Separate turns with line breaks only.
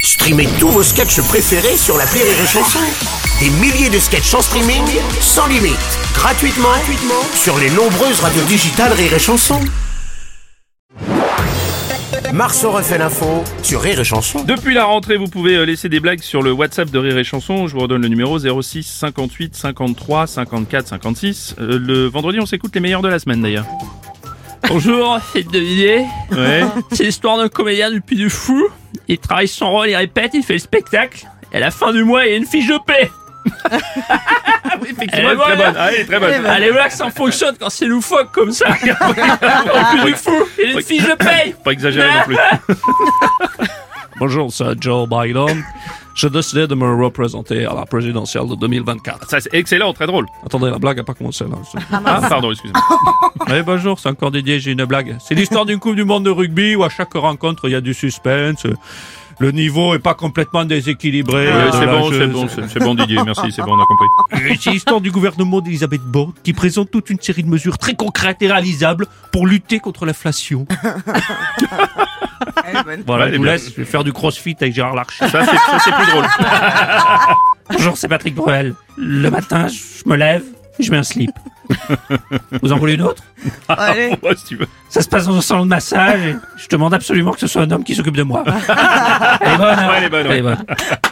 Streamez tous vos sketchs préférés sur la Rire et Chanson. Des milliers de sketchs en streaming, sans limite, gratuitement, gratuitement sur les nombreuses radios digitales Rire et Chanson. Marceau refait l'info sur Rire et Chanson.
Depuis la rentrée, vous pouvez euh, laisser des blagues sur le WhatsApp de Rire et Chanson. Je vous redonne le numéro 06 58 53 54 56. Euh, le vendredi, on s'écoute les meilleurs de la semaine d'ailleurs.
Bonjour, c'est deviné.
Ouais.
C'est l'histoire d'un comédien du Puy du Fou. Il travaille son rôle, il répète, il fait le spectacle. Et à la fin du mois, il y a une fiche de paix.
Effectivement,
Eh ben
très
voilà.
bonne. Ah, elle est très bonne.
Allez voir que ça fonctionne quand c'est loufoque comme ça. Au Puy du Fou, il y a une fiche de paix.
Pas exagéré non plus.
Bonjour, c'est Joe Biden. Je décidé de me représenter à la présidentielle de 2024.
Ça, c'est excellent, très drôle.
Attendez, la blague n'a pas commencé là.
Ah, pardon, excusez-moi.
Oui, Eh, bonjour, c'est encore Didier, j'ai une blague. C'est l'histoire d'une Coupe du Monde de rugby où à chaque rencontre il y a du suspense. Le niveau est pas complètement déséquilibré.
Euh,
Dans
c'est
la
bon,
jeu-
c'est bon, c'est c'est bon, Didier. Merci, c'est bon, on a compris.
Et C'est l'histoire du gouvernement d'Elisabeth Borne qui présente toute une série de mesures très concrètes et réalisables pour lutter contre l'inflation. voilà,
Ouais,
je vous
bien.
laisse je vais faire du crossfit avec Gérard Larcher.
Ça, c'est- ça, c'est plus drôle.
Bonjour, c'est Patrick Bruel. Le matin, je me lève, je mets un slip. Vous en voulez une autre
Allez.
Ouais, si tu veux.
Ça se passe dans un salon de massage et je demande absolument que ce soit un homme qui s'occupe de moi. Elle est bonne, hein
Ouais, elle est bonne, ouais.
Elle est bonne.